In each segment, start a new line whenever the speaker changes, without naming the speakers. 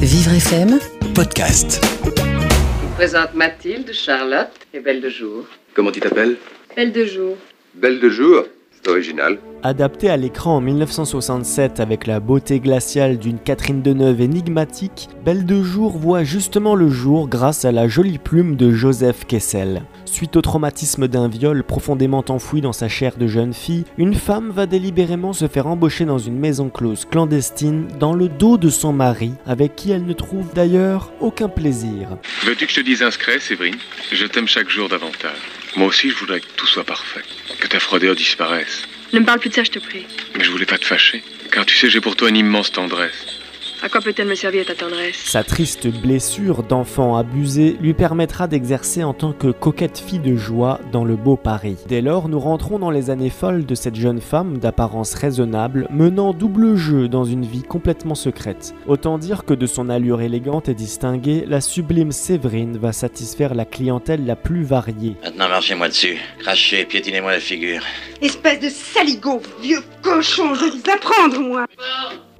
Vivre FM,
podcast.
présente Mathilde, Charlotte et Belle de Jour.
Comment tu t'appelles
Belle de Jour.
Belle de jour. C'est original.
Adapté à l'écran en 1967 avec la beauté glaciale d'une Catherine Deneuve énigmatique, Belle de Jour voit justement le jour grâce à la jolie plume de Joseph Kessel. Suite au traumatisme d'un viol profondément enfoui dans sa chair de jeune fille, une femme va délibérément se faire embaucher dans une maison close clandestine dans le dos de son mari, avec qui elle ne trouve d'ailleurs aucun plaisir.
Veux-tu que je te dise inscret, Séverine Je t'aime chaque jour davantage. Moi aussi, je voudrais que tout soit parfait. Que ta froideur disparaisse.
Ne me parle plus de ça, je te prie.
Mais je voulais pas te fâcher. Car tu sais, j'ai pour toi une immense tendresse.
À quoi peut-elle me servir ta tendresse
Sa triste blessure d'enfant abusé lui permettra d'exercer en tant que coquette fille de joie dans le beau Paris. Dès lors, nous rentrons dans les années folles de cette jeune femme d'apparence raisonnable, menant double jeu dans une vie complètement secrète. Autant dire que de son allure élégante et distinguée, la sublime Séverine va satisfaire la clientèle la plus variée.
Maintenant, marchez-moi dessus. Crachez, piétinez-moi la figure.
Espèce de saligot, vieux cochon, je vais vous apprendre, moi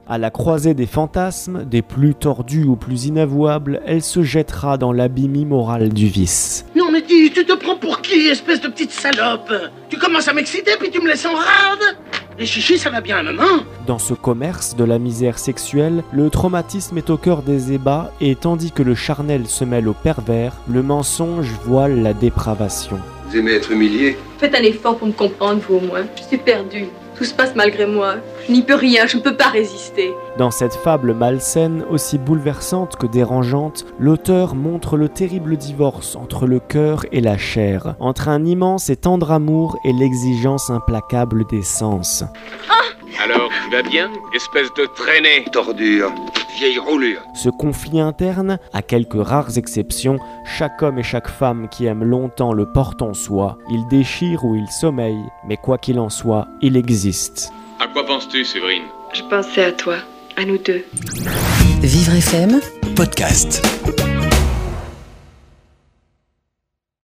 À la croisée des fantasmes, des plus tordus ou plus inavouables, elle se jettera dans l'abîme immoral du vice.
Non mais dis, tu te prends pour qui, espèce de petite salope Tu commences à m'exciter puis tu me laisses en rade Les chichis, ça va bien à un moment
Dans ce commerce de la misère sexuelle, le traumatisme est au cœur des ébats et tandis que le charnel se mêle au pervers, le mensonge voile la dépravation.
Vous aimez être humilié
Faites un effort pour me comprendre, vous au moins. Je suis perdue. Tout se passe malgré moi. Je n'y peux rien, je ne peux pas résister.
Dans cette fable malsaine, aussi bouleversante que dérangeante, l'auteur montre le terrible divorce entre le cœur et la chair, entre un immense et tendre amour et l'exigence implacable des sens.
Alors, tu vas bien Espèce de traînée
Tordure. Vieille roulure.
Ce conflit interne, à quelques rares exceptions, chaque homme et chaque femme qui aime longtemps le porte en soi, il déchire ou il sommeille, mais quoi qu'il en soit, il existe.
À quoi penses-tu, Séverine
Je pensais à toi, à nous deux.
Vivre FM,
Podcast.